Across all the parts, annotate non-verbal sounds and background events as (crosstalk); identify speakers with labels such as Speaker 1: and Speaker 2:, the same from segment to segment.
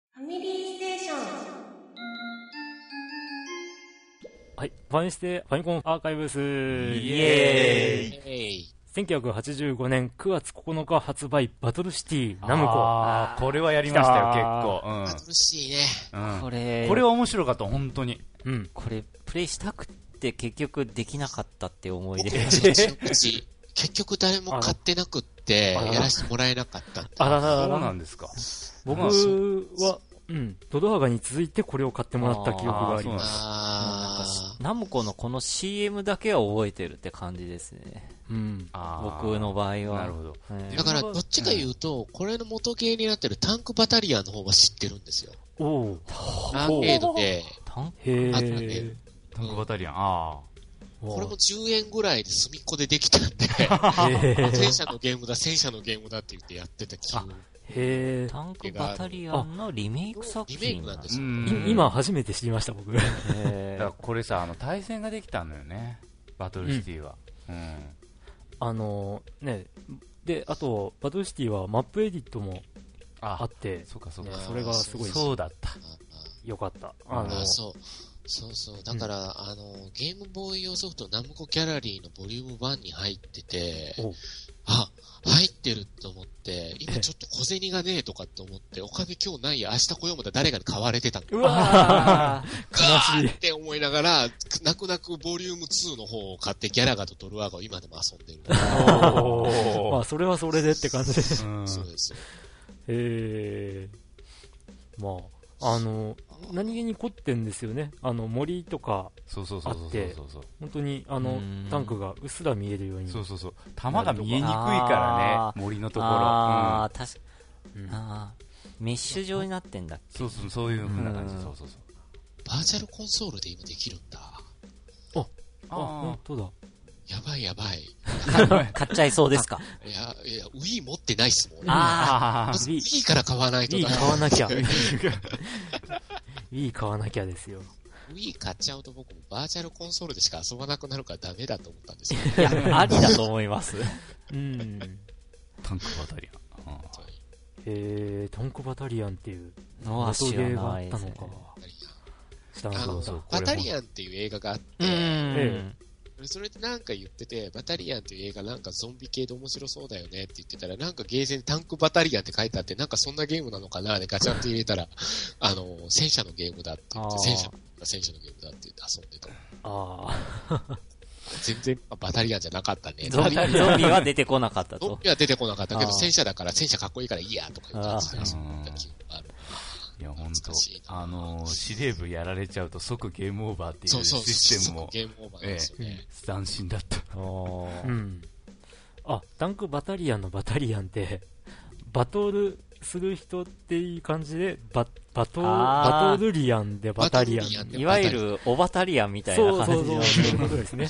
Speaker 1: ビーステーション
Speaker 2: はい、ファミステファミコンアーカイブスイ
Speaker 3: エ
Speaker 2: ーイ1985年9月9日発売バトルシティナムコ
Speaker 3: あーこれはやりましたよ、結構。
Speaker 4: 苦しいね。
Speaker 3: うん。
Speaker 5: こ
Speaker 3: うん
Speaker 5: れ
Speaker 3: これは面白かった、本当に。
Speaker 2: うん
Speaker 5: これプレイしたくって結局できなかったって思い出
Speaker 4: そのうち結局誰も買ってなくって、
Speaker 2: あら
Speaker 4: やらせてもらえなかったんだ。
Speaker 2: あら
Speaker 3: そ
Speaker 2: ら
Speaker 3: う
Speaker 2: ら
Speaker 3: な
Speaker 2: ら
Speaker 3: んですか。
Speaker 2: 僕
Speaker 3: まあ
Speaker 2: は、うん、ドドアガに続いてこれを買ってもらった記憶があります
Speaker 5: なんかし
Speaker 4: あ
Speaker 5: ナムコのこの CM だけは覚えてるって感じですね
Speaker 2: うん
Speaker 3: あー
Speaker 5: 僕の場合は
Speaker 3: なるほど。
Speaker 5: はい
Speaker 4: ーだから、どっちか言うと、これの元芸になってるタンクバタリアの方は知ってるんですよ。
Speaker 2: おお
Speaker 4: アーケードで、
Speaker 5: タン
Speaker 2: へ
Speaker 4: あとね
Speaker 2: え
Speaker 3: タンクバタリアン。あ
Speaker 4: これも10円ぐらいで隅っこでできたん (laughs) で、
Speaker 2: へ
Speaker 4: 戦車のゲームだ、戦車のゲームだって言ってやってた気分
Speaker 2: え
Speaker 5: タンクバタリアンのリメイク作
Speaker 4: リメイ
Speaker 5: 品
Speaker 4: クなん
Speaker 5: だ
Speaker 4: ですよ。
Speaker 3: うん
Speaker 2: い今初めて知りました僕
Speaker 3: あ。だ
Speaker 5: へ
Speaker 3: か
Speaker 5: ー
Speaker 3: らこれさ、あの、対戦ができたのよね。バトルシティは。うん。
Speaker 2: あのねであとバトルシティはマップエディットもあ
Speaker 3: あ
Speaker 2: っ、て
Speaker 3: そうかそう
Speaker 2: ね
Speaker 3: か。
Speaker 2: それがすごい
Speaker 3: そうだった。
Speaker 2: 良かった
Speaker 3: あ
Speaker 2: あ
Speaker 3: の
Speaker 2: の
Speaker 4: あそう。そうそう。だから、あの、ゲームボーイ用ソフトナムコギャラリーのボリューム1に入ってて
Speaker 2: お、
Speaker 4: あ、入ってると思って、今ちょっと小銭がねえとかと思って、お金今日ないや、明日来ようまた誰かに買われてたの。
Speaker 2: うわ
Speaker 5: (laughs)
Speaker 2: ー悲しい
Speaker 4: って思いながら、泣く泣くボリューム2の方を買って、ギャラガとドルワーガを今でも遊んでる。
Speaker 3: おー
Speaker 2: まあそれはそれでって感じで
Speaker 3: うん
Speaker 4: そうですよ。
Speaker 2: ええまああの何気に凝ってんですよねあの森とか
Speaker 3: そうそうそうそうそうそう。
Speaker 2: 本当にあの
Speaker 5: うん
Speaker 2: タンクがうっすら見えるように
Speaker 3: そうそうそう。弾が見えにくいから
Speaker 5: あ
Speaker 3: ね、森のところ。
Speaker 5: あ
Speaker 3: うん
Speaker 5: あ、確か
Speaker 2: うん
Speaker 5: あーメッシュ状になってんだっけ
Speaker 3: そうそう、そういうふうな感じ。
Speaker 5: うん
Speaker 3: そうそうそう。
Speaker 4: バーチャルコンソールで今できるんだ。
Speaker 2: あ本当だ
Speaker 4: やばいやばい。
Speaker 5: 買っちゃいそうですか
Speaker 4: いや、いや、ウィー持ってないっすもん。
Speaker 5: あ
Speaker 3: あ
Speaker 4: ま
Speaker 3: ー
Speaker 4: ずウィーから買わないと
Speaker 2: Wii
Speaker 4: だ。
Speaker 2: 買わなきゃ Wii 買わなきゃですよ
Speaker 4: Wii 買っちゃうと僕もバーチャルコンソールでしか遊ばなくなるからダメだと思ったんですよ。
Speaker 5: あ、いや、ありだと思います。
Speaker 2: うん
Speaker 3: タンクバタリアン。うん
Speaker 2: えー、タンクバタリアンっていう
Speaker 5: のは
Speaker 2: バト
Speaker 5: 知
Speaker 2: ゲ
Speaker 5: ら
Speaker 2: ーが
Speaker 5: な
Speaker 2: あっ
Speaker 5: い
Speaker 2: た
Speaker 5: で
Speaker 2: の
Speaker 5: す
Speaker 2: か
Speaker 5: ね。
Speaker 2: 知らなか
Speaker 4: あの
Speaker 2: った
Speaker 4: バタリアンっていう映画があっ
Speaker 5: う
Speaker 4: て、
Speaker 2: え
Speaker 5: ん。
Speaker 4: それでなんか言ってて、バタリアンっていう映画なんかゾンビ系で面白そうだよねって言ってたら、なんかゲーセンにタンクバタリアンって書いてあって、なんかそんなゲームなのかなでガチャンって入れたら、あの、戦車のゲームだって言って、
Speaker 5: あー
Speaker 4: 戦車、戦車のゲームだって言って遊んでた。
Speaker 2: あ
Speaker 4: 全然バタリアンじゃなかったね。
Speaker 5: ゾンビ、ゾンビは出てこなかった
Speaker 4: ゾン
Speaker 5: と。
Speaker 4: ビは出てこなかったけど、
Speaker 5: あー
Speaker 4: 戦車だから、戦車かっこいいからいいや、とかいう感じで遊んでた記憶がある。
Speaker 3: いや、ほんと
Speaker 4: 懐かしい。な
Speaker 3: あのー、司令部やられちゃうと即ゲームオーバーってい
Speaker 4: そううそう、
Speaker 3: システムも
Speaker 4: ゲームオーバーなんですよね。
Speaker 3: 斬新だった。
Speaker 5: お
Speaker 2: あう
Speaker 5: ー
Speaker 2: んあタンクバタリアンのバタリアンって (laughs) バトルする人っていい感じでババト
Speaker 5: あー
Speaker 2: バトルリアンでバタリアン
Speaker 4: バトルリアンで
Speaker 5: いわゆ
Speaker 4: (laughs)
Speaker 5: る、オバタリアンみたい
Speaker 2: そう
Speaker 5: な
Speaker 2: そう
Speaker 5: 感
Speaker 2: そう
Speaker 5: じ
Speaker 2: そういう
Speaker 5: の。
Speaker 2: ことですね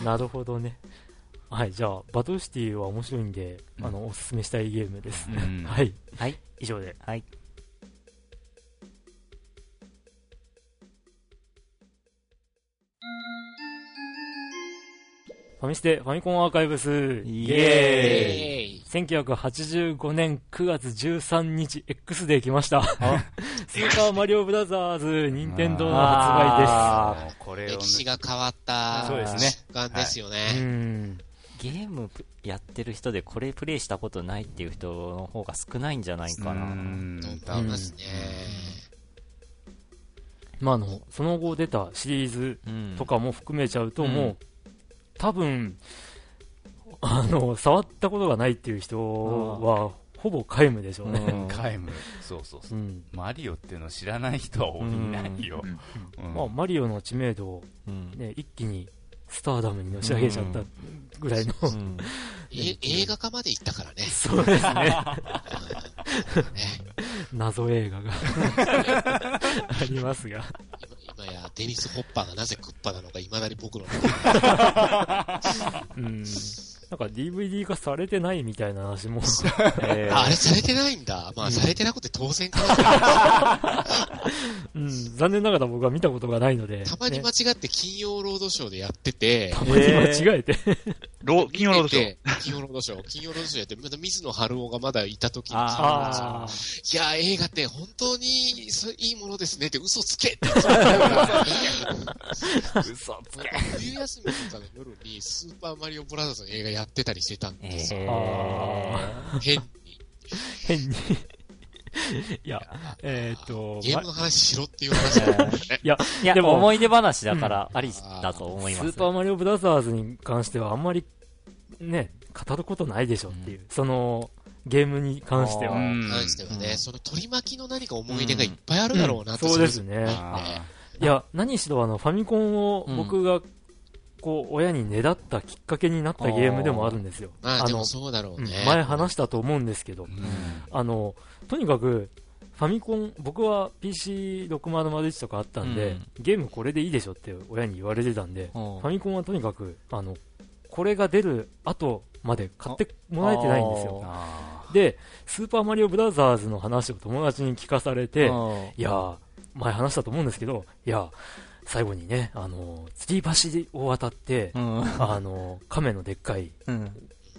Speaker 2: (laughs) なるほどねはいじゃあバトルシティは面白いんで、あのおすすめしたいゲームです、
Speaker 3: うん
Speaker 2: はい
Speaker 5: はい
Speaker 2: 以上で
Speaker 5: はい。
Speaker 2: ファミステファミコンアーカイブス
Speaker 5: イエーイ
Speaker 4: え
Speaker 2: 1985年9月13日 X で来ました。 (laughs) スーパーマリオブラザーズ、任天堂の発
Speaker 5: あ
Speaker 3: もうこ
Speaker 4: え
Speaker 3: れをね
Speaker 4: 歴史が変わった
Speaker 3: そうですね
Speaker 4: 時間ですよ
Speaker 2: 売です。う
Speaker 4: ね。
Speaker 2: ん。
Speaker 5: ゲームやってる人でこれプレイしたことないっていう人の方が少ないんじゃないか
Speaker 3: う
Speaker 5: な。
Speaker 3: ん
Speaker 4: と思いますね。
Speaker 2: まあ、あの、その後出たシリーズ
Speaker 5: うん
Speaker 2: と。かも含めちゃうと、
Speaker 5: うん
Speaker 2: もう、多分、あの、触ったことがないっていう人は、ほぼ皆無でしょう
Speaker 5: う
Speaker 2: ね。
Speaker 5: ん
Speaker 3: 皆無。そうそうそうう。
Speaker 2: ん。
Speaker 3: マリオっていうの知らない人は多いないよ。うん
Speaker 2: まあ、マリオの知名度を
Speaker 5: うん
Speaker 2: ね、一気にスターダムにのし上げちゃったぐらいの、
Speaker 5: うん
Speaker 4: え映画化まで行ったからね。
Speaker 2: そうですね。
Speaker 4: ね
Speaker 2: 謎映画が (laughs) ありますが。
Speaker 4: 今今やデニス・ホッパーがなぜクッパなのか、いまだに僕の中で
Speaker 2: うん。なんか DVD 化されてないみたいな話も。
Speaker 5: え
Speaker 4: ああれされてないんだ。まあ、されてなくて当然かな。
Speaker 2: うん、残念ながら僕は見たことがないので。
Speaker 4: たまに
Speaker 2: ね
Speaker 4: 間違って金曜ロードショーでやってて、
Speaker 2: たまに間違えて。
Speaker 1: ロ金曜ロードショー。
Speaker 4: 見てて金曜ロードショー。金曜ロードショーやって、まだ水野晴夫がまだいた時に
Speaker 5: あ
Speaker 2: あー
Speaker 4: いや、映画って本当にそういいものですねって嘘つけって (laughs) 言ってたから。
Speaker 5: 嘘つけ
Speaker 4: 冬休みとかの夜にスーパーマリオブラザーズの映画やってたりしてたんですよ。
Speaker 5: え
Speaker 2: あ
Speaker 4: 変に。
Speaker 2: 変に。 (laughs) いや、えーっと、
Speaker 4: ゲー
Speaker 2: ま
Speaker 4: ムの話しろっていう話だったんだよね。
Speaker 2: いや、
Speaker 5: ーいや、
Speaker 2: で
Speaker 5: で
Speaker 2: も
Speaker 5: も思い出話だから、ありだと思い
Speaker 2: ス
Speaker 5: ます。
Speaker 2: ーパーマリオブラザーズに関してはあんまり、ね、語ることないでしょっていう。その、ゲームに関して
Speaker 5: う
Speaker 2: は。
Speaker 5: ん
Speaker 4: なんですけどね、
Speaker 5: うん
Speaker 4: その取り巻きの何か思い出がいっぱいあるだろうなって、
Speaker 2: そうです
Speaker 4: ね。
Speaker 2: ね。
Speaker 3: あ
Speaker 2: いや、何しろあの、ファミコンを僕が、こう、親にねだったきっかけになったゲームでもあるんですよ。
Speaker 4: まあで
Speaker 2: の
Speaker 4: も、そうだろう
Speaker 2: うん
Speaker 4: ね。
Speaker 2: 前話したと思うんですけど、
Speaker 3: ー
Speaker 2: あの、とにかく、ファミコン、僕は PC6001 とかあったんで、
Speaker 5: うん
Speaker 2: ゲームこれでいいでしょって親に言われてたんで、
Speaker 5: うん
Speaker 2: ファミコンはとにかく、あの、これが出る後まで買ってもらえてないんですよ。
Speaker 3: あ
Speaker 2: で、スーパーマリオブラザーズの話を友達に聞かされて、
Speaker 5: うん
Speaker 2: いやー、前話したと思うんですけど、いやー、最後にね、あのー、吊り橋を渡って、
Speaker 5: うん。
Speaker 2: あのー、亀のでっかい
Speaker 5: うん。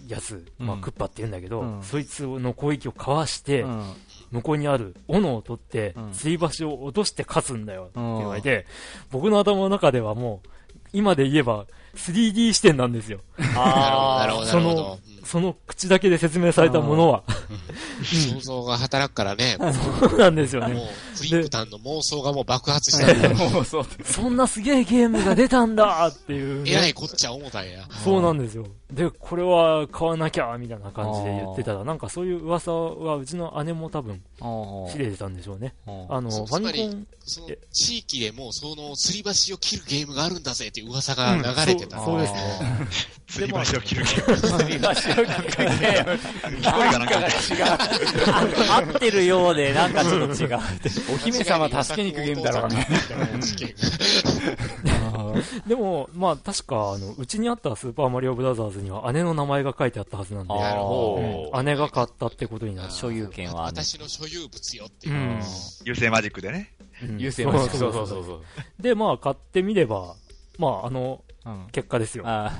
Speaker 2: やつ、まあ、
Speaker 5: うん
Speaker 2: クッパって言うんだけど、
Speaker 5: うん
Speaker 2: そいつの攻撃をかわして、
Speaker 5: うん
Speaker 2: 向こうにある斧を取って、
Speaker 5: うん
Speaker 2: 吊り橋を落として勝つんだよって言われ
Speaker 5: う
Speaker 2: て、僕の頭の中ではもう、今で言えば 3D 視点なんですよ。
Speaker 4: なるほど、な
Speaker 2: そ
Speaker 4: るほど、なる
Speaker 2: の
Speaker 4: ほど。うん、
Speaker 2: その口だけで説明されたものは、
Speaker 4: 想像が働くからね、も
Speaker 2: そうなんですよ
Speaker 4: う
Speaker 2: ね。、
Speaker 4: フリンクタンの妄想がもう爆発したよ
Speaker 3: ーもうそうです
Speaker 2: そんなすげえゲームが出たんだっていう、
Speaker 4: えら
Speaker 2: ね。
Speaker 4: いこっちゃ思ったんや。
Speaker 2: そうなんですよ。で、これは買わなきゃ、みたいな感じで言ってたら、なんかそういう噂はうちの姉も多分、
Speaker 5: うん
Speaker 2: 知れてたんでしょうね。
Speaker 5: うん
Speaker 2: あの、フ
Speaker 4: そう
Speaker 2: ァミコン、
Speaker 4: その地域でもうその吊り橋を切るゲームがあるんだぜっていう噂が流れ
Speaker 2: う
Speaker 4: てた。
Speaker 2: んそうです
Speaker 5: ね。
Speaker 1: 釣り橋を切るゲ
Speaker 3: 距離がなんか
Speaker 5: あ合ってるようで、なんかちょっと違う。
Speaker 3: お姫様助けに行くゲームだろうね。
Speaker 4: 事件が
Speaker 2: でも、まあ確か、あの、うちにあったスーパーマリオブラザーズには姉の名前が書いてあったはずなんで、
Speaker 5: あー
Speaker 4: なるほ
Speaker 2: うん姉が買ったってことになる。
Speaker 5: 所有権はね。
Speaker 4: 私の所有物よって
Speaker 2: う
Speaker 4: いう。
Speaker 2: ん。
Speaker 1: 優勢マジックでね。
Speaker 2: うん
Speaker 3: 優勢マジック
Speaker 2: そうそうそうそう。で、まあ買ってみれば、まああの、
Speaker 5: うん
Speaker 2: 結果ですよ。
Speaker 5: あ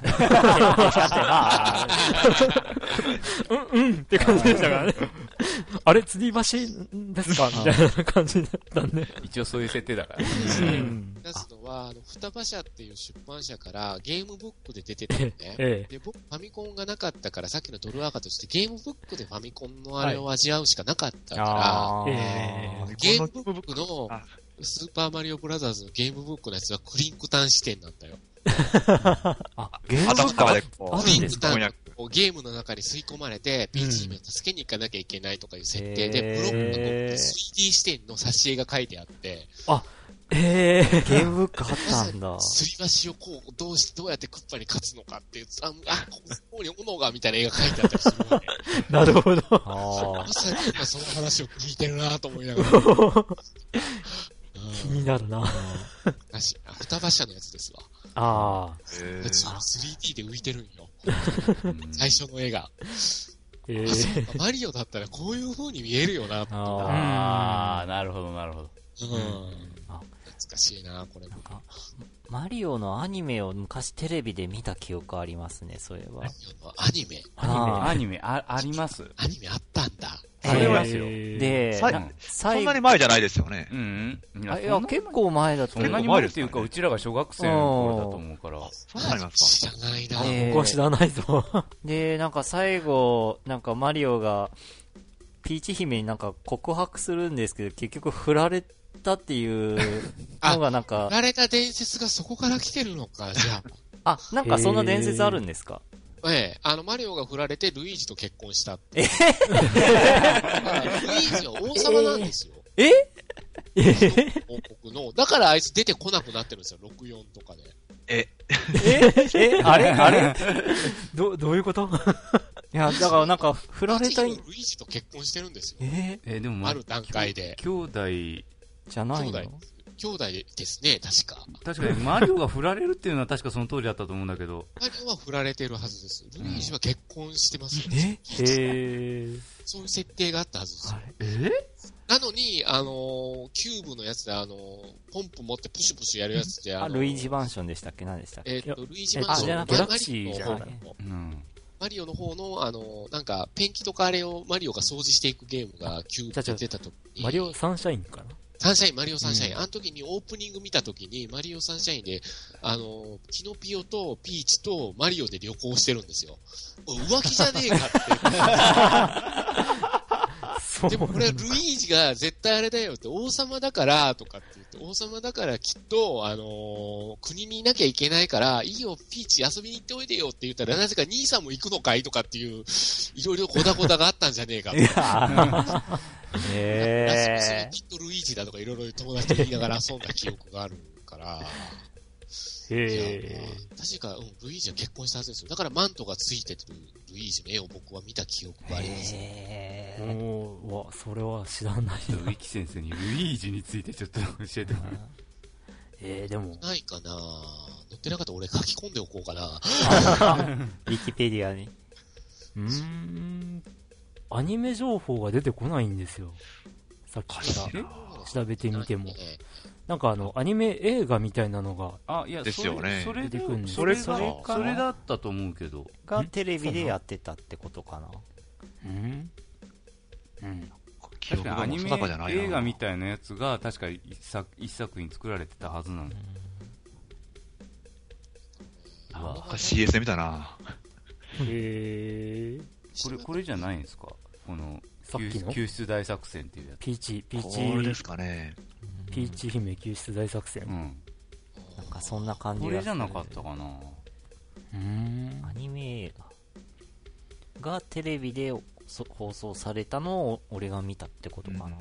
Speaker 2: うんうんって感じでしたからね。 (laughs) あれ、釣り橋ですかみたいな感じだったんで。
Speaker 3: 一応そういう設定だから。
Speaker 2: うん
Speaker 4: 出すのは、あの、双葉社っていう出版社からゲームブックで出てたのね。
Speaker 2: ええ。
Speaker 4: で、僕、ファミコンがなかったから、さっきのドルアカとして、ゲームブックでファミコンのあれを味わうしかなかったから、
Speaker 5: あー。
Speaker 2: えー
Speaker 4: ゲームブックの
Speaker 1: あ、
Speaker 4: スーパーマリオブラザーズのゲームブックのやつはクリンクタン視点なんだよ。
Speaker 5: あ、ゲーム
Speaker 1: 頭からでこ
Speaker 2: あ
Speaker 1: う、
Speaker 2: るんです
Speaker 4: か
Speaker 1: こうやって
Speaker 4: こうゲームの中に吸い込まれて、
Speaker 2: うん
Speaker 4: B チームを助けに行かなきゃいけないとかいう設定で、
Speaker 5: へー
Speaker 4: ブロックの 3D 視点の挿絵が書いてあって、
Speaker 2: ええ。
Speaker 5: ゲームブック貼ったんだ。
Speaker 4: すり橋をこう、どうし、どうやってクッパに勝つのかっていう、あ、あ、ここに斧がみたいな絵が書いてあったりするわけ。
Speaker 2: なるほど。
Speaker 5: あ
Speaker 4: まさに今その話を聞いてるなと思いながら。うん
Speaker 2: 気になるな。
Speaker 4: なし、あ双葉社のやつですわ。
Speaker 2: ああ。
Speaker 1: え
Speaker 4: だって
Speaker 1: ー
Speaker 4: 3D で浮いてるんよ。最初の絵が。
Speaker 2: え
Speaker 4: あそう
Speaker 2: え。
Speaker 4: かマリオだったらこういう風に見えるよな。うん。
Speaker 5: あ。ああ。
Speaker 3: ああ、なるほど、なるほど。
Speaker 5: あ
Speaker 4: 懐かしいな、これも。
Speaker 5: マリオのアニメを昔テレビで見た記憶ありますね、そういえば。
Speaker 4: アニメ、
Speaker 5: あ
Speaker 3: アニメ、あ、あります
Speaker 4: アニメあったんだ。
Speaker 5: ー
Speaker 3: ありますよ。
Speaker 2: ええ
Speaker 5: で、
Speaker 1: さい
Speaker 5: な
Speaker 1: そん
Speaker 5: 最後
Speaker 1: なに。前じゃないですよね
Speaker 3: う。んうん。
Speaker 5: あいや、結構前だと
Speaker 3: そ
Speaker 5: 思
Speaker 3: ん
Speaker 5: う
Speaker 3: なに前っていうか、うちらが小学生の頃だと思うから。
Speaker 1: そうなります
Speaker 4: 知らないな。
Speaker 5: えー
Speaker 2: 僕は知らないぞ。
Speaker 5: で、なんか最後、なんかマリオが、ピーチ姫になんか告白するんですけど、結局振られたっていう
Speaker 4: あ
Speaker 5: のがなんか
Speaker 4: 売、られた伝説がそこから来てるのか、じゃ
Speaker 5: あ、なんかそんな伝説あるんですか
Speaker 4: あ。ええ、あの、マリオが振られてルイージと結婚したって。だからルイージは王様なんですよ。
Speaker 5: え
Speaker 4: 王国の。だからあいつ出てこなくなってるんですよ、64とかで。
Speaker 1: え、
Speaker 5: ええあれあれ
Speaker 2: ど、どういうこと
Speaker 5: いや、だからなんか振られた
Speaker 4: ルイ
Speaker 5: い、
Speaker 4: ージと結婚してるんですよ。
Speaker 5: え
Speaker 3: え、でも、
Speaker 4: ある段階で。
Speaker 3: 兄弟、
Speaker 5: じゃないの
Speaker 4: 兄弟兄弟ですね、確か。
Speaker 3: 確かにマリオが振られるっていうのは確かその通りだったと思うんだけど、
Speaker 4: マリオは振られてるはずです。ルイージは結婚してます、
Speaker 2: え
Speaker 5: へー。
Speaker 4: そういう設定があったはずですよ。
Speaker 3: えー、
Speaker 4: なのに、あのーキューブのやつで、あのーポンプ持ってプシュプシュやるやつで、
Speaker 5: あ、
Speaker 4: の
Speaker 5: ルイージマンションでしたっけ何でしたっけ
Speaker 4: えっと、ルイージマンシ
Speaker 5: あじゃ
Speaker 4: ョ
Speaker 5: な
Speaker 4: ン
Speaker 5: くて
Speaker 4: マリオの方
Speaker 5: ガクシー
Speaker 4: の、
Speaker 3: うん、
Speaker 4: マリオの方の、あのーなんか、ペンキとかあれをマリオが掃除していくゲームがキューブで出た時に、
Speaker 2: マリオサンシャインかな
Speaker 4: サンシャイン、マリオサンシャイン。あの時にオープニング見た時に、マリオサンシャインで、あの、キノピオとピーチとマリオで旅行してるんですよ。おい浮気じゃねえかって。
Speaker 2: そう
Speaker 4: (laughs) でもこれはルイージが絶対あれだよって、王様だからとかって言って、王様だからきっと、あの国にいなきゃいけないから、いいよ、ピーチ遊びに行っておいでよって言ったら、なぜか兄さんも行くのかいとかっていう、いろいろこだこだがあったんじゃねえかと
Speaker 5: い (laughs) やえ
Speaker 4: きっとルイージだとかいろいろ友達と言いながら遊んだ記憶があるから。
Speaker 5: ー。
Speaker 4: いや
Speaker 5: へ
Speaker 4: まあ確か、うん、ルイージは結婚したはずですよ。だからマントがついてるルイージの絵を僕は見た記憶があります。
Speaker 5: えー。
Speaker 2: もううわそれは知らないな
Speaker 3: ちょっとウィキ先生にルイージについてちょっと教えてもらう
Speaker 2: えー、でも
Speaker 4: ないかな載ってなかったら俺書き込んでおこうかな。
Speaker 5: ウィキペディアに。
Speaker 2: うーんアニメ情報が出てこないんですよさっきから調べてみても
Speaker 4: え
Speaker 2: なんかあのアニメ映画みたいなのが
Speaker 3: あいや
Speaker 1: ですよね
Speaker 3: そ
Speaker 2: 出
Speaker 3: れそれ
Speaker 2: てくるん
Speaker 3: で
Speaker 2: です
Speaker 3: それが
Speaker 1: それ
Speaker 5: か
Speaker 3: それだったと思うけど
Speaker 5: がテレビでやってたってことかな。
Speaker 2: うんうん
Speaker 1: 記
Speaker 3: 確か
Speaker 1: 憶
Speaker 3: に
Speaker 1: が
Speaker 3: アニ
Speaker 1: もう
Speaker 3: メ
Speaker 1: 定かじゃないな
Speaker 3: 映画みたいなやつが確か一作一作に作られてたはずなの
Speaker 4: ー
Speaker 5: わ
Speaker 1: なんか CS で見たな。
Speaker 2: へえ
Speaker 3: これこれじゃないんですかこの
Speaker 2: さっきの
Speaker 3: 救救出大作戦っていうや
Speaker 2: ピーチピー
Speaker 1: これで
Speaker 2: チ
Speaker 1: すかね。
Speaker 2: ピーチ姫救出大作
Speaker 3: つ、
Speaker 2: 戦
Speaker 3: うん、
Speaker 5: なんかそんな感じ
Speaker 3: こ
Speaker 5: が
Speaker 3: れ
Speaker 5: す
Speaker 3: じ
Speaker 5: る
Speaker 3: ゃなかったかな
Speaker 2: うん
Speaker 5: アニメ映画がテレビでそ放送されたのを俺が見たってことかな。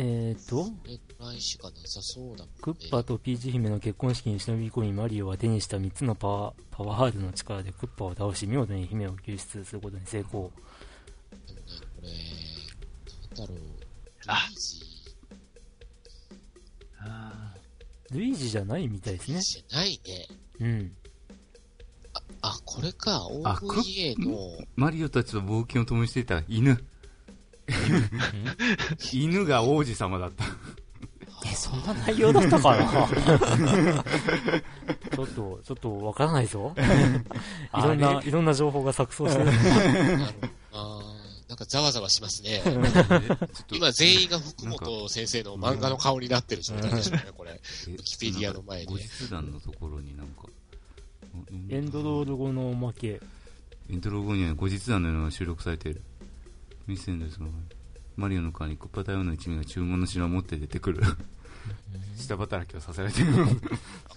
Speaker 2: えーと
Speaker 4: え、来週かなさそうだもんね。
Speaker 2: クッパとピーチ姫の結婚式に忍び込みマリオは手にした3つのパワーパワーハードの力でクッパを倒し見事に姫を救出することに成功
Speaker 4: でもね、これ、なんだろう。ル
Speaker 1: あ
Speaker 4: イージ、
Speaker 2: ルイージじゃないみたいですね
Speaker 4: じゃないね。
Speaker 2: うん
Speaker 4: あ、これか、
Speaker 3: あクッ
Speaker 4: OVA の、
Speaker 3: マリオたちと冒険を共にしていた
Speaker 4: (laughs)
Speaker 3: 犬犬が王子様だった
Speaker 5: え、そんな内容だったか
Speaker 2: (laughs)
Speaker 5: な
Speaker 2: ちょっとちょっとわからない
Speaker 3: (laughs)
Speaker 2: ぞい
Speaker 5: あれ
Speaker 2: ろんないろんな情報が錯綜してる
Speaker 4: あの、あーなんかざわざわします
Speaker 3: (laughs)
Speaker 4: ね。今全員が福本先生の漫画の顔になってる状態でしょうね、これ。
Speaker 3: ウ
Speaker 4: ィキペディアの前で
Speaker 3: 後日談のところになんか
Speaker 2: エンドロール後のおまけ
Speaker 3: エントロ後には後日談のようなのが収録されている。ミステンですが、マリオの顔にクッパ大王の一味が注文の品を持って出てくる。下働きをさせられている。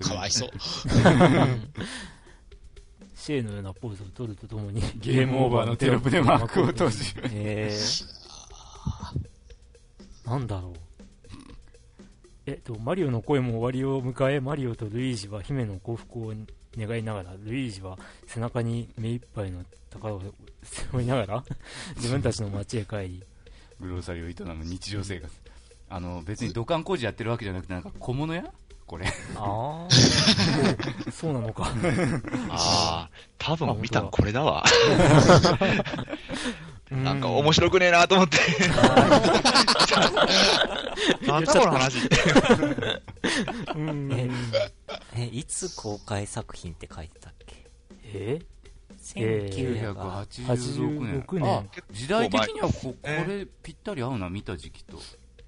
Speaker 4: かわいそう。
Speaker 2: シェイのようなポーズを取るとともに
Speaker 3: ゲームオーバーのテロップでマークを閉じる。
Speaker 5: えー、
Speaker 2: なんだろう。えっと、マリオの声も終わりを迎え、マリオとルイージは姫の幸福を願いながら、ルイージは背中に目いっぱいの宝を背負いながら、自分たちの町へ帰り、
Speaker 3: グローサリーを営む日常生活。あの、別に土管工事やってるわけじゃなくて、なんか小物屋これ。
Speaker 5: あ
Speaker 2: そうなのか。
Speaker 1: ああ、多
Speaker 2: あ
Speaker 1: 分見たの
Speaker 2: 本当
Speaker 1: これだわ。なんか面白くねえなと思って。なんだこの話って。
Speaker 2: うん
Speaker 5: ええ、いつ公開作品って書いてたっけ
Speaker 2: え
Speaker 3: 1986
Speaker 5: 1900
Speaker 2: ?86
Speaker 3: 年。あ
Speaker 2: 年、。
Speaker 3: 時代的にはここれぴったり合うな、見た時期と。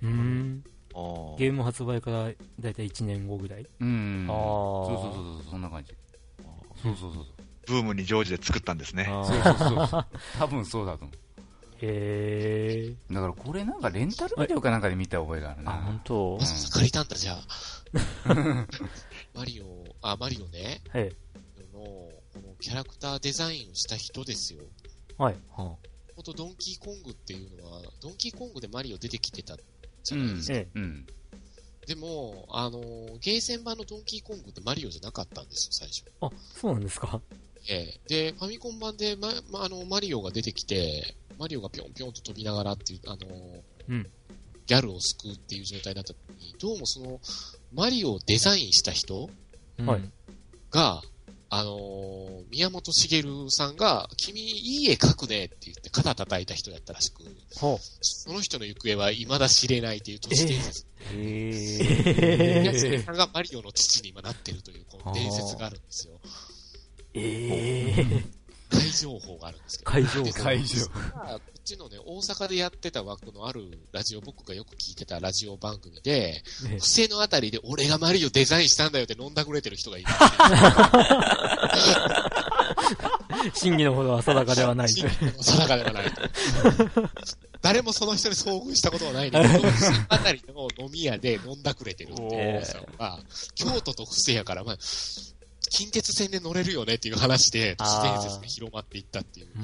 Speaker 2: うん。
Speaker 1: お
Speaker 2: ゲ
Speaker 1: ー
Speaker 2: ーム発売からだいたい1年後ぐらい。
Speaker 3: うん。
Speaker 5: あー
Speaker 3: そうそうそうそう、そんな感じ。そうそうそうそう。
Speaker 1: ブームに乗じて作ったんですね。
Speaker 5: あ
Speaker 3: そう
Speaker 5: ー
Speaker 3: そうそうそう。多分そうだと思
Speaker 2: へえ。
Speaker 3: う。だからこれなんかレンタルビデオかなんかで見た覚えがある
Speaker 5: あ、本
Speaker 3: な。
Speaker 5: 当
Speaker 4: わざわざ借りたんだ、じゃあ。
Speaker 3: (laughs)
Speaker 4: マリオ、あ、マリオね、
Speaker 2: はい。
Speaker 4: の、このキャラクターデザインをした人ですよ。
Speaker 2: はい。
Speaker 5: は
Speaker 4: ほんと、ドンキーコングっていうのは、ドンキーコングでマリオ出てきてたじゃないですか。
Speaker 2: え
Speaker 3: うん。
Speaker 4: でも、あの、ゲーセン版のドンキーコングってマリオじゃなかったんですよ、最初。
Speaker 2: あ、そうなんですか。
Speaker 4: ええ。で、ファミコン版で、ま、ま、あの、マリオが出てきて、マリオがぴょんぴょんと飛びながらっていう、あの、
Speaker 2: うん
Speaker 4: ギャルを救うっていう状態だった時に、どうもその、マリオをデザインした人
Speaker 2: はい
Speaker 4: が、あのー宮本茂さんが、君いい絵描くねって言って肩叩いた人だったらしく、
Speaker 2: ほ
Speaker 4: その人の行方は未だ知れないという都市伝説。
Speaker 2: う。
Speaker 5: え
Speaker 2: え
Speaker 4: 宮本茂
Speaker 2: ー、
Speaker 4: さんがマリオの父に今なってるという、この伝説があるんですよ。
Speaker 2: えー、
Speaker 4: 怪情報があるんですけど。
Speaker 2: 会場。
Speaker 3: 会場。
Speaker 4: まあこっちのね、大阪でやってた枠のあるラジオ、僕がよく聞いてたラジオ番組で、
Speaker 2: ね
Speaker 4: 不正のあたりで俺がマリオデザインしたんだよって飲んだくれてる人がいる。
Speaker 2: 真偽のほどは定かで
Speaker 4: (laughs)
Speaker 2: はない。
Speaker 4: 真偽の定かでは
Speaker 3: (laughs)
Speaker 4: ない。誰もその人に遭遇したことはないんだ
Speaker 2: (laughs)
Speaker 4: けど、そのあたりの飲み屋で飲んだくれてるっていうおじさんは、京都と布施やから、まあ、近鉄線で乗れるよねっていう話で、都市伝説が広まっていったっていう
Speaker 2: うーん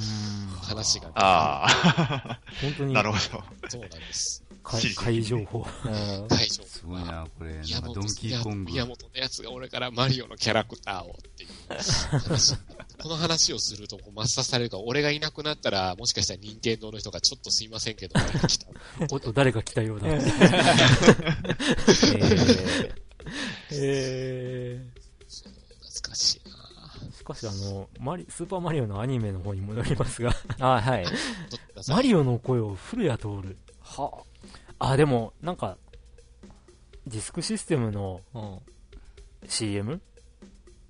Speaker 4: 話が、
Speaker 1: ああ、
Speaker 2: 本当に
Speaker 1: なるほど。
Speaker 4: そうなんです。
Speaker 2: か会情報。
Speaker 5: ー
Speaker 4: 会場
Speaker 3: すごいな、これ。な
Speaker 4: 宮
Speaker 3: んか
Speaker 4: 本
Speaker 3: ドンキーコング。
Speaker 4: 宮本のやつが俺からマリオのキャラクターをっていう (laughs) 話この話をするとこう抹殺されるから、俺がいなくなったら、もしかしたら任天堂の人がちょっとすいませんけど、来た
Speaker 2: おっと、誰か来たようだ。 (laughs)
Speaker 5: え
Speaker 2: え
Speaker 4: 懐かしいな
Speaker 2: ー、しかし、あの、マリ、スーパーマリオのアニメの方に戻りますが、
Speaker 5: ーあ、はい。
Speaker 4: どっかさ
Speaker 2: マリオの声を古谷徹。
Speaker 5: は、
Speaker 2: あ、でも、なんか、ディスクシステムの
Speaker 5: うん。
Speaker 2: CM?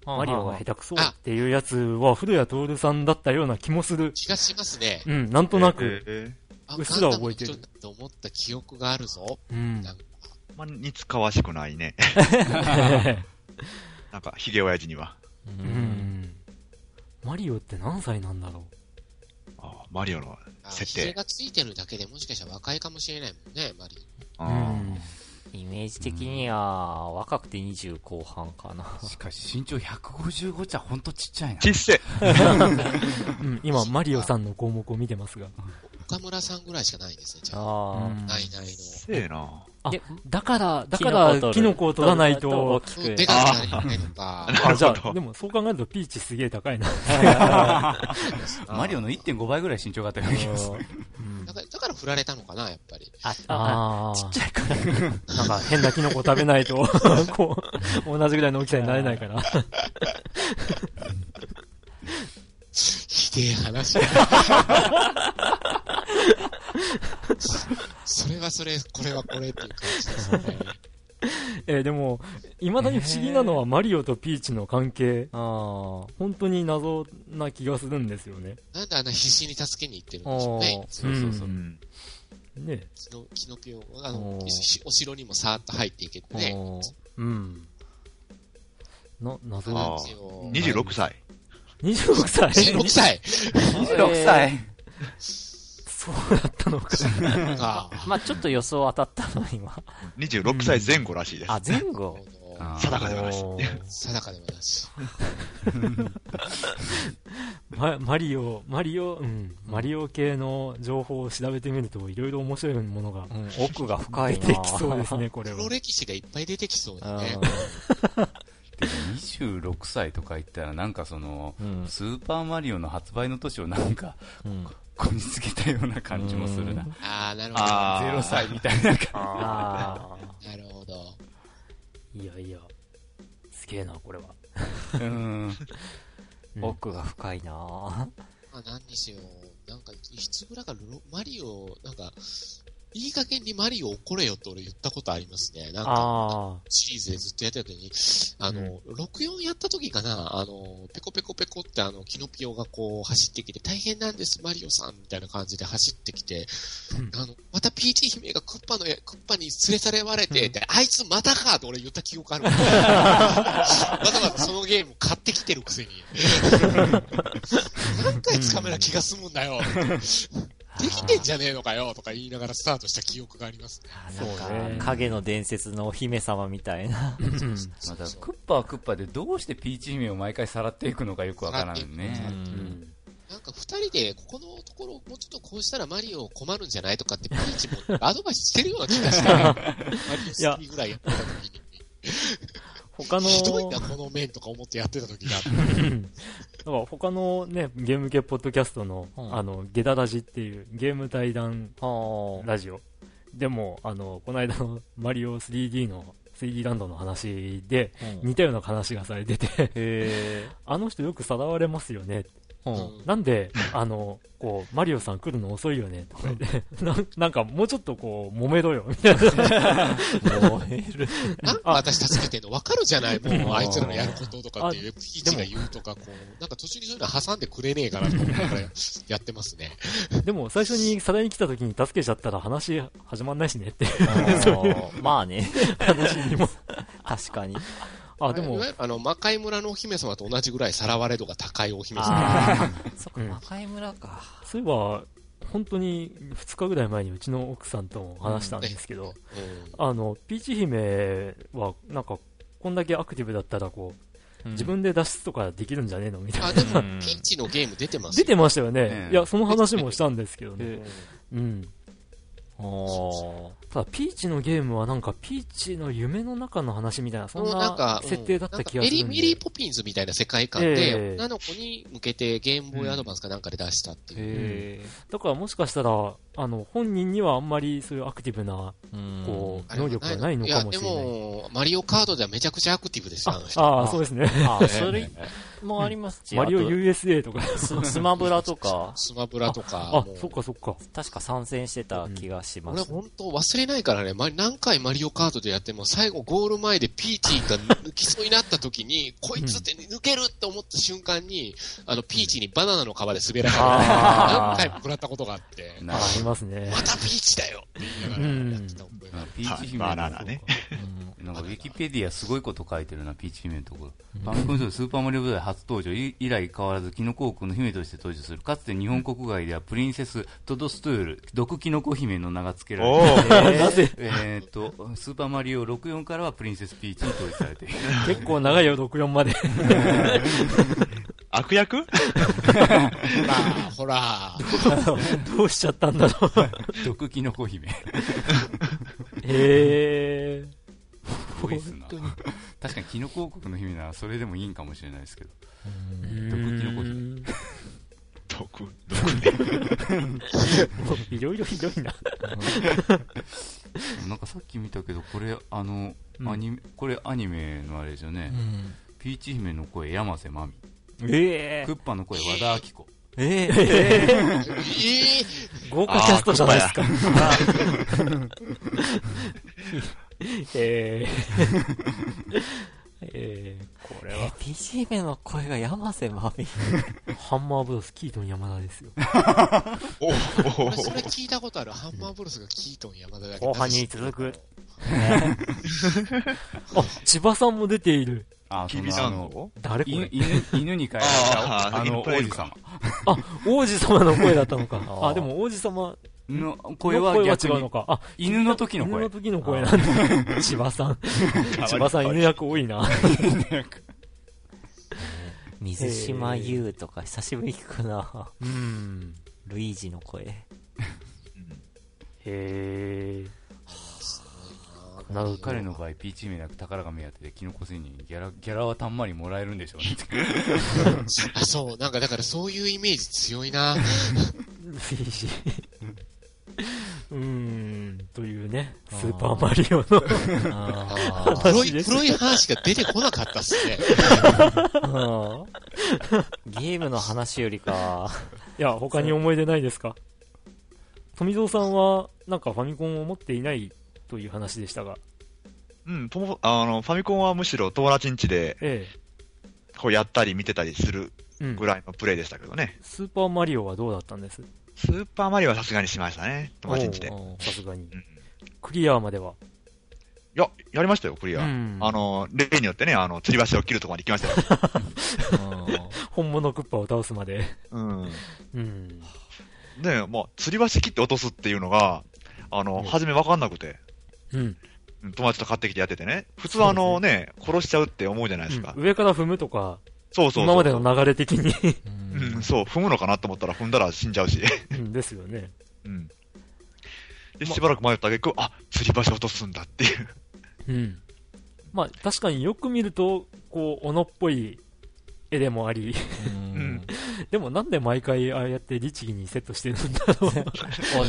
Speaker 2: マリオが下手くそ
Speaker 4: あ
Speaker 2: っていうやつは古谷徹さんだったような気もする。
Speaker 4: 気がしますね。
Speaker 2: うん、なんとなく。
Speaker 1: え
Speaker 4: あ
Speaker 2: うっすら覚えてる
Speaker 4: ガンダムの人だと思った記憶があるぞ。
Speaker 2: うん。
Speaker 4: なんか
Speaker 1: ーまあ、似つかわしくない
Speaker 2: (laughs)
Speaker 1: ね。なんか、ひげ親父には。
Speaker 2: う
Speaker 5: うん。
Speaker 2: ん。マリオって何歳なんだろ
Speaker 1: あーマリオの
Speaker 4: あ
Speaker 1: 設
Speaker 4: ひげ
Speaker 1: 定。
Speaker 4: がついてるだけでもしかしたら若いかもしれないもんね、マリ
Speaker 1: う
Speaker 2: う。
Speaker 1: ん。
Speaker 5: イメージ的には、若くて20後半かな。
Speaker 3: しかし身長155ちゃほんとちっちゃいな。
Speaker 1: ちっせ
Speaker 2: うん、今、マリオさんの項目を見てますが。
Speaker 4: オ。岡村さんぐらいしかないんですね、じゃあ。
Speaker 5: あ
Speaker 2: うん
Speaker 4: ないない
Speaker 1: せえな。
Speaker 2: あ
Speaker 5: で、
Speaker 2: だから、だから、キノコを取らないと。
Speaker 5: キノコを
Speaker 4: の。
Speaker 5: 取
Speaker 4: で
Speaker 5: ると
Speaker 4: かくなりたいのか。
Speaker 2: あ、じゃ
Speaker 1: なるほ
Speaker 2: あ、で
Speaker 1: ど
Speaker 2: もそう考えるとピーチすげえ高いな。
Speaker 3: マリオの1.5倍ぐらい身長があったような気がする。
Speaker 2: うん
Speaker 4: だから、だから振られたのかな、やっぱり。
Speaker 5: 大きくあ、あ、
Speaker 2: あ
Speaker 5: ち
Speaker 2: あ
Speaker 5: っちゃいから。
Speaker 2: なんか変なキノコ食べないと、 (laughs) こう、同じぐらいの大きさになれないから。
Speaker 4: ひでえ話
Speaker 2: (laughs)
Speaker 4: だ。それはそれ、これはこれっていう感じですね。
Speaker 2: えーでも、未だに不思議なのはマリオとピーチの関係、
Speaker 5: あ
Speaker 2: 本当に謎な気がするんですよね。
Speaker 4: なんであんな必死に助けに行ってるん
Speaker 5: あ
Speaker 4: でしょうね。
Speaker 5: そうそうそうう。
Speaker 1: ん。
Speaker 2: ね
Speaker 4: キノキノピオが、あの
Speaker 5: お、ー
Speaker 4: しお城にもさーっと入っていけてね。
Speaker 5: おー
Speaker 2: うん。な、謎
Speaker 1: あ
Speaker 4: 一応 (laughs)
Speaker 1: 26歳。
Speaker 2: 26歳
Speaker 4: 26歳
Speaker 3: 26歳。
Speaker 2: そうだったのか。
Speaker 4: か。
Speaker 5: まあちょっと予想当たったの、今。
Speaker 1: 26歳前後らしいです。
Speaker 5: あ、前後
Speaker 4: こ。の
Speaker 3: あ
Speaker 1: (laughs)
Speaker 3: ー
Speaker 1: 定かではないし。
Speaker 2: おー
Speaker 4: 定かではなし。
Speaker 2: まマリオ、マリオ、うん、マリオ系の情報を調べてみると、いろいろ面白いものが
Speaker 5: うん、奥が深
Speaker 2: 出
Speaker 5: いな。
Speaker 2: てきそうですね、これは
Speaker 4: 黒。歴史がいっぱい出てきそうだね。
Speaker 3: でも26歳とか言ったらなんかその、
Speaker 5: うん。
Speaker 3: スーパーマリオの発売の年をなんか、 (laughs)
Speaker 5: うん。
Speaker 3: こにつけたような感じもするな
Speaker 5: う。ん
Speaker 4: あー、なるほ
Speaker 1: あー
Speaker 3: 0歳みたいな感
Speaker 5: (laughs) あ
Speaker 4: ど。なるほど。
Speaker 2: いやいや、すげえな、これは。
Speaker 3: じ。うん。
Speaker 5: あ、奥が深いな。
Speaker 4: まあ、何にせよ、なんか、いつぐらいからロマリオ、なんか、いい加減にマリオ怒れよって俺言ったことありますね。なんか、
Speaker 5: あ
Speaker 4: シリーズでずっとやってた時に、あの、64やった時かな、あの、ペコペコペコってあの、キノピオがこう走ってきて、大変なんです、マリオさんみたいな感じで走ってきて、あの、またピーチ姫がクッパのや、クッパに連れ去られて、で、あいつまたかって俺言った記憶ある。まだまだそのゲーム買ってきてるくせに。何回つかめな気が済むんだよ。できてんじゃねえのかよとか言いながらスタートした記憶があります。
Speaker 5: あ、
Speaker 2: そうね
Speaker 5: なんか、影の伝説のお姫様みたいな。
Speaker 3: また、クッパはクッパでどうしてピーチ姫を毎回さらっていくのかよくわからん
Speaker 5: う
Speaker 3: ね。
Speaker 5: ん。
Speaker 4: なんか二人で、ここのところ、もうちょっとこうしたらマリオ困るんじゃないとかって、ピーチもアドバイスしてるような気がして、マリオ好きぐらいやってた時に、
Speaker 2: 他の、
Speaker 4: ひどいな、この面とか思ってやってた時があって、
Speaker 2: だから他のね、ゲーム系ポッドキャストの、
Speaker 5: うん
Speaker 2: あの、ゲダラジっていうゲーム対談
Speaker 5: は
Speaker 2: ラジオ。でも、あの、この間のマリオ 3D の、3D ランドの話で、似たような話がされてて、
Speaker 5: へえ。
Speaker 2: (laughs) あの人よくさらわれますよね。
Speaker 5: うん。
Speaker 2: なんで、あの、こう、マリオさん来るの遅いよね、とか言って、 (laughs) ななんかもうちょっとこう、揉めろよ、みたいな。 (laughs)
Speaker 5: 燃える。
Speaker 4: なんか私たち見てんの分かるじゃない、もう、あいつらのやることとかっていう、ピーチが言うとか、こう、なんか途中にそういうの挟んでくれねえかなと思いながらやってますね。
Speaker 2: でも、最初にさらに来た時に助けちゃったら話始まんないしねっていう
Speaker 5: まあ (laughs) ね。
Speaker 2: 話にも。
Speaker 5: 確かに。
Speaker 2: あ、でも
Speaker 4: いわ、ゆるあの、魔界村のお姫様と同じぐらいさらわれ度が高いお姫様。
Speaker 5: ああ。そっ
Speaker 2: う
Speaker 5: か、
Speaker 2: ん
Speaker 5: 魔界村か。
Speaker 2: そういえば、本当に2日ぐらい前にうちの奥さんとも話したんですけど、
Speaker 4: うん
Speaker 2: あの、ピーチ姫は、なんか、こんだけアクティブだったら、こう、自分で脱出とかできるんじゃねえのみたいな。
Speaker 4: あ、でも、ピンチのゲーム出てます
Speaker 2: 出
Speaker 4: よ
Speaker 2: てましたよね
Speaker 3: え。え
Speaker 2: いや、その話もしたんですけどね。
Speaker 5: え
Speaker 2: うん。
Speaker 5: ー、おー
Speaker 2: ただ、ピーチのゲームはなんか、ピーチの夢の中の話みたいな、そん
Speaker 4: もうなん
Speaker 2: な
Speaker 4: か、
Speaker 2: 設定だった気がする
Speaker 4: うんんなんかメ
Speaker 2: で。
Speaker 4: リーメリーポピンズみたいな世界観で、
Speaker 2: ええ
Speaker 4: 女の子に向けてゲームボーイアドバンスかなんかで出したっていう。
Speaker 5: へ
Speaker 2: だからもしかしたら、あの、本人にはあんまりそういうアクティブな、
Speaker 5: ーうん
Speaker 2: こう、
Speaker 4: あれ
Speaker 2: 能
Speaker 4: は
Speaker 2: 力がないのかもしれない
Speaker 4: や、で
Speaker 2: い。
Speaker 4: も、マリオカードではめちゃくちゃアクティブですよ、あの人。
Speaker 2: ああ、そうですね。
Speaker 5: あ、それもありますし、
Speaker 2: マリオ
Speaker 5: あと
Speaker 2: USA とか。
Speaker 5: ススマブラとか、
Speaker 4: スマブラとか。
Speaker 2: あ
Speaker 4: もう、
Speaker 2: そっかそっか。
Speaker 5: 確か参戦してた気がしま
Speaker 4: 俺
Speaker 5: す。
Speaker 4: 本当忘れないからね、ま、何回マリオカートでやっても、最後ゴール前でピーチが抜きそうになった
Speaker 2: (laughs)
Speaker 4: 時に、こいつって抜けるって思った瞬間に、あの、ピーチにバナナの皮で滑ら
Speaker 5: あー
Speaker 4: かれて、何回も食らったことがあって、
Speaker 3: な
Speaker 2: あありますね
Speaker 4: ま。たピーチだよって言いながらやってた覚えがある。
Speaker 3: ピーチ姫
Speaker 1: バナナね。
Speaker 3: なんかウィキペディアすごいこと書いてるな、ピーチ姫のところ。パンコンソールスーパーマリオブラ初登場い以来変わらずキノコ王国の姫として登場する。かつて日本国外ではプリンセストドストゥール、毒キノコ姫の名が付けられ
Speaker 1: お
Speaker 3: ている。
Speaker 1: ー
Speaker 2: なぜ
Speaker 3: えーっと、スーパーマリオ64からはプリンセスピーチに統一されている。
Speaker 2: 結構長いよ、64まで。
Speaker 1: 悪役 (laughs)
Speaker 4: まあ、ほら、
Speaker 2: どうしちゃったんだろう。
Speaker 3: 毒キノコ姫。
Speaker 2: へえ。
Speaker 3: 多いっすな。確かにキノコ王国の姫ならそれでもいいんかもしれないですけど。毒キノコ姫
Speaker 1: 毒、毒ね。
Speaker 2: いろいろひどいな。
Speaker 3: なんかさっき見たけど、これ、あの、
Speaker 2: うん
Speaker 3: アニメ、これアニメのあれですよね。ピーチ姫の声、山瀬まみ。
Speaker 5: え
Speaker 3: クッパの声、和田アキ子。
Speaker 5: ええ
Speaker 4: えー、
Speaker 2: 豪華キャストじゃないですか。えーえーこれは、
Speaker 5: え、ピチメの声が山瀬まみ。
Speaker 2: ハンマーブロス、キートン山田ですよ。 (laughs)
Speaker 1: おお
Speaker 4: 俺それ聞いたことある。ハンマーブロスがキートン山田だけ
Speaker 2: 後半に続く。あ、千葉さんも出ている。
Speaker 3: あ、そ
Speaker 1: 君
Speaker 3: の、
Speaker 1: さ
Speaker 3: あ
Speaker 1: ん
Speaker 3: の、
Speaker 1: の
Speaker 2: 誰こ
Speaker 3: 犬
Speaker 2: れ、
Speaker 3: 犬犬に変えられ
Speaker 1: あー
Speaker 3: た、あの、
Speaker 1: いっ
Speaker 3: 王
Speaker 1: ぱいいる
Speaker 3: 子様
Speaker 2: あ、王子様の声だったのか。
Speaker 5: あー
Speaker 2: (laughs) あ、でも王子様
Speaker 3: の
Speaker 2: の声
Speaker 3: 声は
Speaker 2: は
Speaker 3: 逆
Speaker 2: 違うの
Speaker 3: に、
Speaker 2: か。あ、
Speaker 3: 犬の時の
Speaker 2: 犬
Speaker 3: 声
Speaker 2: の。時の声なんだ。 (laughs) 千葉さん。千葉さん犬役多い (laughs) な。
Speaker 5: 水島優とか久しぶりに聞くな。
Speaker 2: うん。
Speaker 5: ルイージの声。
Speaker 2: へえ。なるほど。
Speaker 3: 彼の場合、ピーチ姫なく宝が目当てで、キノコ仙人にギャラ、ギャラはたんまりもらえるんでしょうね。
Speaker 4: あ、そう、なんかだからそういうイメージ強いな。
Speaker 2: いいし。うーん、というね、スーパーマリオの。
Speaker 5: (laughs)
Speaker 4: 黒い、黒い話が出てこなかったっすね。
Speaker 5: ゲームの話よりか。
Speaker 2: い (laughs) や、他に思い出ないですか富蔵さんは、なんかファミコンを持っていないという話でしたが。
Speaker 1: うん、ポモあの、ファミコンはむしろ友達ん家で、
Speaker 2: え
Speaker 1: こうやったり見てたりする
Speaker 2: え。うん
Speaker 1: ぐ。らいのプレイでしたけどね。
Speaker 2: スーパーマリオはどうだったんです
Speaker 1: スーパーマリオはさすがにしましたね。友達ん家で。
Speaker 2: おうおうさすがに
Speaker 1: うん。
Speaker 2: クリアまでは。
Speaker 1: いや、やりましたよ、クリア。
Speaker 2: うん
Speaker 1: あの、例によってね、あの、吊り橋を切るとこまで行きま
Speaker 2: (laughs)
Speaker 1: したよ。
Speaker 2: 本物クッパを倒すまで。
Speaker 1: うん。
Speaker 2: うん。
Speaker 1: で、まあ、吊り橋切って落とすっていうのが、あの、
Speaker 2: ん
Speaker 1: 初めわかんなくて、
Speaker 2: うん。
Speaker 1: うん友達と買ってきてやっててね。普通あのね、殺しちゃうって思うじゃないですか。
Speaker 2: 上から踏むとか、
Speaker 1: そうそうそう。
Speaker 2: 今までの流れ的に。
Speaker 1: うん、そう、踏むのかなと思ったら踏んだら死んじゃうし。 (laughs)
Speaker 2: うんですよね。
Speaker 1: うん。で、しばらく迷った挙句、あ、吊り橋落とすんだっていう。
Speaker 2: うん。まあ、確かによく見ると、こう、斧っぽい絵でもあり、 (laughs)
Speaker 1: うん
Speaker 2: でもなんで毎回ああやって律儀にセットしてるんだろう。
Speaker 5: オー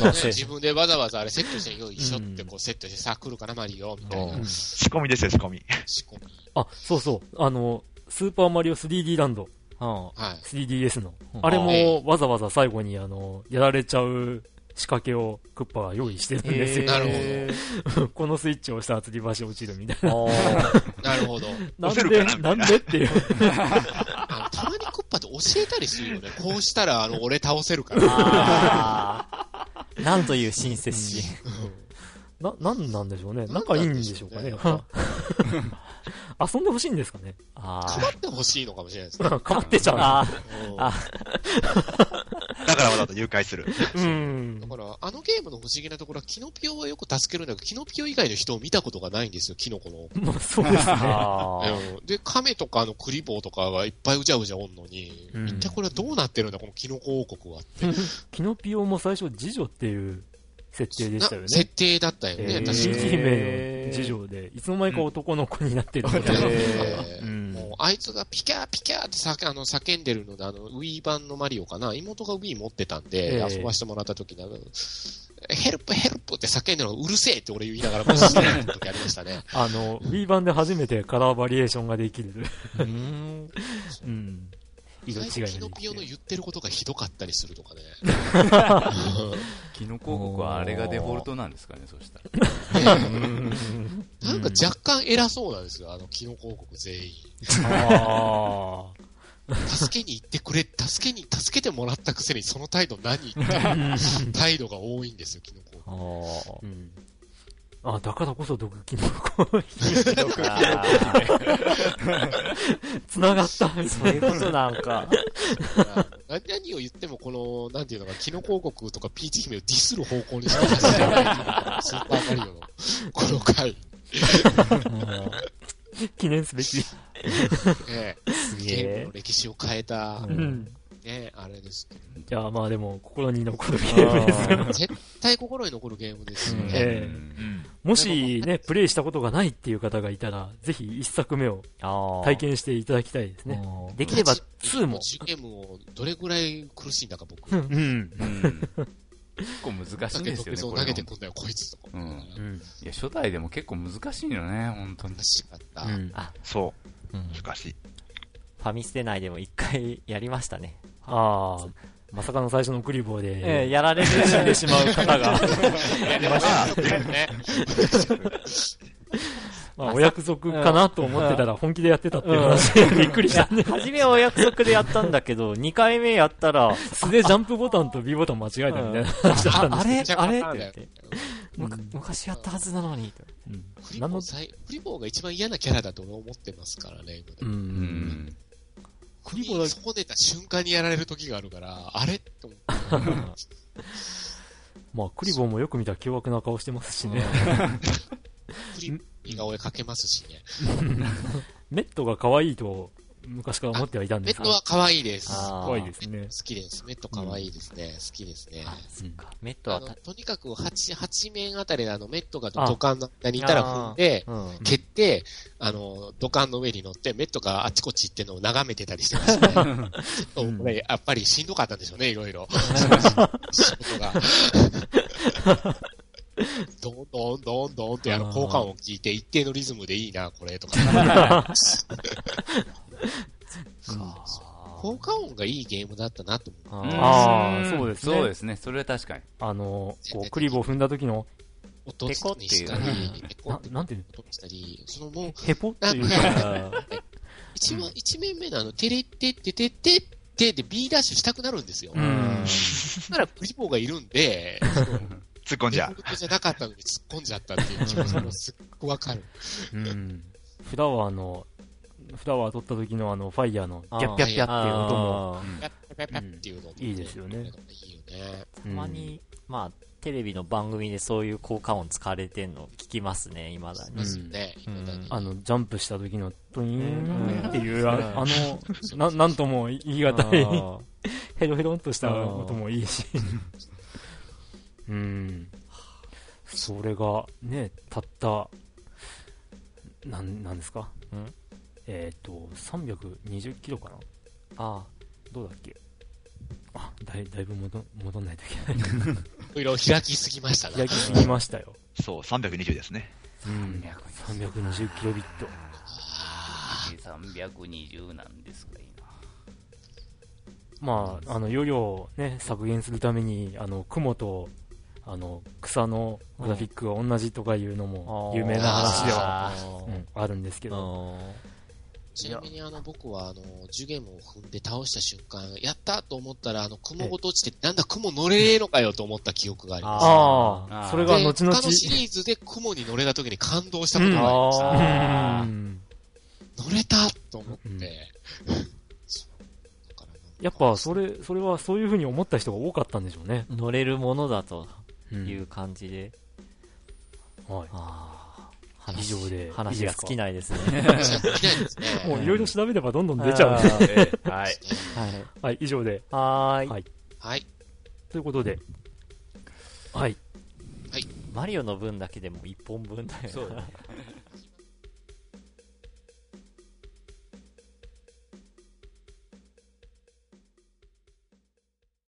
Speaker 5: ナーせ
Speaker 4: 自分でわざわざあれセットしてよいしょってこうセットして、さあ来るかな、マリオ、みたいな
Speaker 1: うん仕込みですよ、仕込み。 (laughs)
Speaker 4: 仕込み。
Speaker 2: (laughs) あ、そうそう。あの、スーパーマリオ 3D ランド。
Speaker 5: うん。
Speaker 4: はい。
Speaker 2: 3DS の。
Speaker 5: うん
Speaker 2: あれ
Speaker 4: あえ
Speaker 2: もわざわざ最後にあの、やられちゃう仕掛けをクッパは用意してるんですよ。
Speaker 4: なるほど
Speaker 2: (laughs) このスイッチを押したら吊り橋落ちるみたい
Speaker 5: ほど。あ
Speaker 4: なるほど。
Speaker 2: な。なん
Speaker 1: 押せる
Speaker 2: で、
Speaker 1: かなみた
Speaker 2: ないん
Speaker 1: な
Speaker 2: でっていう。
Speaker 4: あのたまにクッパって教えたりするよね。こうしたら、あの、俺倒せるから。
Speaker 5: あー。なんという親切心。
Speaker 2: な、なんなんでしょうね。
Speaker 4: なん
Speaker 2: 仲いいんでしょうかね。
Speaker 4: なんで
Speaker 2: (laughs) 遊んでほしいんですかね。
Speaker 5: あ
Speaker 4: かまってほしいのかもしれない
Speaker 2: (laughs)
Speaker 4: ですね。
Speaker 2: かまってち
Speaker 5: ー。
Speaker 2: ゃ
Speaker 5: あ
Speaker 4: うん
Speaker 5: あ
Speaker 1: だからわざと誘拐
Speaker 2: (laughs)
Speaker 1: する。
Speaker 2: う。うん
Speaker 4: だ。から、あのゲームの不思議なところは、キノピオはよく助けるんだけど、キノピオ以外の人を見たことがないんですよ、キノコの。
Speaker 2: まあそうです
Speaker 5: ー
Speaker 2: ね。
Speaker 5: あー。
Speaker 4: うんで、亀とかあのクリボーとかがいっぱいうじゃうじゃおんのに、
Speaker 2: うん
Speaker 4: 一体これはどうなってるんだ、このキノコ王国は。
Speaker 2: キノピオも最初、次女っていう設定でしたよ (laughs)
Speaker 4: な
Speaker 2: ね。
Speaker 4: 設定だったよ
Speaker 2: え
Speaker 4: ね、
Speaker 2: ー、
Speaker 4: 確
Speaker 2: 新
Speaker 4: か
Speaker 2: 規姫の次女で、いつの間にか男の子になってる (laughs) みたいな。
Speaker 4: え
Speaker 2: う
Speaker 4: ー
Speaker 2: ん
Speaker 4: もうあいつがピキャーピキャーってさあの叫んでるので、あの、ウィー版のマリオかな、妹がウィー持ってたんで、
Speaker 2: ええ
Speaker 4: 遊ばしてもらった時に、あのヘルプヘルプって叫んでるのがうるせえって俺言いながら無視してる時ありました
Speaker 2: (laughs)
Speaker 4: ね。
Speaker 2: あの、Wii 版で初めてカラーバリエーションができる。うん。色違いが
Speaker 4: 最近キ
Speaker 2: で
Speaker 4: ノ
Speaker 2: き
Speaker 4: ピオの
Speaker 2: て。
Speaker 4: 言ってることがひどかったりするとかね。
Speaker 3: キノコ王国はあれがデフォルトなんですかね、そしたら。
Speaker 4: なんか若干偉そうなんですよ、あの、キノコ王国全員。
Speaker 5: あ
Speaker 4: 助けに行ってくれ、助けに、助けてもらったくせにその態度何っていう態度が多いんですよ、キノコ王国。
Speaker 5: ー。
Speaker 2: うん。あ、だからこそ毒キノコ。繋がった。
Speaker 5: そういうことなんか。
Speaker 4: な (laughs) 何を言ってもこの、なんていうのか、キノコ王国とかピーチ姫をディスる方向にしか走らないスーパーマリオの、この回。
Speaker 2: 記念すべき。
Speaker 4: ね、
Speaker 5: すげ
Speaker 4: ゲーム
Speaker 5: え
Speaker 4: の。歴史を変えた
Speaker 2: う、ん。
Speaker 4: ね、あれですけど。
Speaker 2: いや、まあでも、心に残るゲームですよ。
Speaker 4: 絶対心に残るゲームですよね。
Speaker 2: ええもしね、プレイしたことがないっていう方がいたら、ぜひ一作目を
Speaker 5: あー
Speaker 2: 体験していただきたいですね。
Speaker 5: うん
Speaker 2: できれば2も。
Speaker 4: ジゲームをどれぐらい苦しいんだか僕。
Speaker 2: うん。
Speaker 3: うん結構難し
Speaker 4: 投
Speaker 3: い
Speaker 4: げ
Speaker 3: で
Speaker 4: て
Speaker 3: す
Speaker 4: く
Speaker 3: よ
Speaker 4: れ
Speaker 3: ね、
Speaker 4: そう
Speaker 3: こ
Speaker 4: 投
Speaker 3: れ
Speaker 4: げ
Speaker 3: も。
Speaker 4: てくんだよ、こいつとか。
Speaker 3: うん
Speaker 5: うん。
Speaker 3: いや、初代でも結構難しいよね、本当に。
Speaker 4: 難しかった。
Speaker 2: うん
Speaker 5: あ、
Speaker 1: そう。
Speaker 5: うん
Speaker 1: 難しい。
Speaker 5: ファミステ内でも一回やりましたね。
Speaker 2: ああ、まさかの最初のクリボー
Speaker 5: えー
Speaker 2: で、
Speaker 5: やられて死んでしまう方が。
Speaker 4: やりましたね。
Speaker 2: まあ、お約束かなと思ってたら本気でやってた (laughs) っていう話でびっくりしたね。
Speaker 5: 初めはお約束でやったんだけど、2回目やったら、
Speaker 2: 素でジャンプボタンと B ボタン間違えたみたいな話だったんで
Speaker 5: あ
Speaker 2: す
Speaker 5: れ
Speaker 4: めっちゃ
Speaker 5: あれ
Speaker 4: 簡単
Speaker 5: っ
Speaker 4: だよ
Speaker 5: て言って。むか昔やったはずなのに。
Speaker 4: クリボ
Speaker 2: 何の
Speaker 4: ー最、クリボーが一番嫌なキャラだと俺思ってますからね、今で
Speaker 2: う。
Speaker 4: も
Speaker 3: うんん。
Speaker 4: クリボー損ねた瞬間にやられる時があるから、あれって思って。
Speaker 2: まあ、クリボーもよく見たら凶悪な顔してますしね。
Speaker 4: クリ、似顔絵かけますしね。
Speaker 2: (laughs) メットが可愛いと昔から思ってはいたんで
Speaker 4: メッ
Speaker 2: す
Speaker 4: ト
Speaker 2: が、
Speaker 4: は可愛いです。好
Speaker 5: あー
Speaker 2: 可愛いですね。
Speaker 4: きです。メット可愛いですね。好きですね。
Speaker 5: あそっかメット
Speaker 4: あ
Speaker 5: は
Speaker 4: の
Speaker 5: た、
Speaker 4: とにかく8、八面あたりであのメットが土管の間にいたら踏んで、
Speaker 5: うん。
Speaker 4: 蹴って、あの、土管の上に乗って、メットがあちこち行ってんのを眺めてたりしてましたね。ちょっとこれ、やっぱりしんどかったんでしょうね、いろいろ。仕事が。どんどんどんどんってあの効果音を聞いて、一定のリズムでいいな、これ、とか。効果音がいいゲームだったなと思う。
Speaker 3: う
Speaker 5: あ
Speaker 3: ん
Speaker 5: ー
Speaker 2: あーそうですね
Speaker 3: そうですね、それは確かに。
Speaker 2: あの、こう、クリボー踏んだ時の、
Speaker 4: 音にしたり、ペコ
Speaker 2: な
Speaker 4: って
Speaker 2: なんていう
Speaker 4: 音にしたり、そのもう、
Speaker 2: のヘポっていうか、
Speaker 4: 一番、一面目のあの、テレッテッテテッテッテで B ダッシュしたくなるんですよ。
Speaker 2: う
Speaker 4: だ
Speaker 2: ん。
Speaker 4: から、クリボーがいるんで、
Speaker 1: 突っ込んじゃ
Speaker 4: デ
Speaker 1: う。
Speaker 4: フォルトじゃなかったのに突っ込んじゃったっていう気持ちもすっごくわかる。
Speaker 2: うん。フラワーの、フラワー取った時のあの、ファイヤーのギャッピャッピャっていう音も、
Speaker 5: あー
Speaker 4: パッパッパッっていうのも
Speaker 2: いいですよね
Speaker 4: いいよね。
Speaker 5: たまに、まあ、テレビの番組でそういう効果音使われてんの聞きますね、未だ
Speaker 4: で
Speaker 5: に。
Speaker 4: すよね。
Speaker 5: うん
Speaker 4: 未だに
Speaker 2: あの、ジャンプした時の、トゥイーンっていう、
Speaker 5: うん
Speaker 2: ああの、な、なんとも言い難い、
Speaker 5: あー
Speaker 2: (laughs) ヘロヘロンとした音もいいし。うん。それが、ね、たった、なん、なんですか
Speaker 5: うん
Speaker 2: えっ、と、320キロかな
Speaker 5: あ
Speaker 2: どうだっけあだいだいぶ戻戻んないといけない
Speaker 5: (laughs)
Speaker 4: いろいろ開きすぎましたな。
Speaker 2: 開きすぎましたよ
Speaker 1: そう、320ですね。
Speaker 2: うん320キロビット
Speaker 3: 320なんですがいい
Speaker 2: まあ、あの容量を、ね、削減するためにあの雲とあの草のグラフィックが同じとかいうのも有名な話では、
Speaker 5: は
Speaker 2: うんあるんですけど、
Speaker 4: ちなみにあの僕はあの、ジュゲムを踏んで倒した瞬間、やったと思ったら、あの、雲ごと落ちて、なんだ雲乗れねえのかよと思った記憶があります。
Speaker 2: あ
Speaker 3: あ
Speaker 2: あ、
Speaker 3: ー
Speaker 2: それ
Speaker 4: で
Speaker 2: が後々
Speaker 4: 他、のシリーズで雲に乗れた時に感動したことがありました。
Speaker 3: うんあー
Speaker 2: うん
Speaker 4: 乗れたと思って。
Speaker 2: うん
Speaker 4: そうだからなんか
Speaker 2: やっぱそれそれはそういうふうに思った人が多かったんでしょうね。
Speaker 5: 乗れるものだと
Speaker 2: うん
Speaker 5: いう感じで、
Speaker 2: はい、
Speaker 5: ああ
Speaker 2: 以
Speaker 5: 話
Speaker 2: 上でいい
Speaker 5: 話
Speaker 2: で
Speaker 5: が
Speaker 2: すか
Speaker 5: 尽きないですね
Speaker 4: そうできないですね。
Speaker 2: もういろいろ調べればどんどん (laughs) 出ちゃう
Speaker 5: あ
Speaker 2: ん
Speaker 5: (laughs)
Speaker 2: で、
Speaker 5: ー
Speaker 3: はい。
Speaker 5: はい
Speaker 2: はい、以上で。
Speaker 5: はーい
Speaker 2: はい
Speaker 4: はい。
Speaker 2: ということで、はい、
Speaker 5: マリオの分だけでも1本分だよね
Speaker 3: そう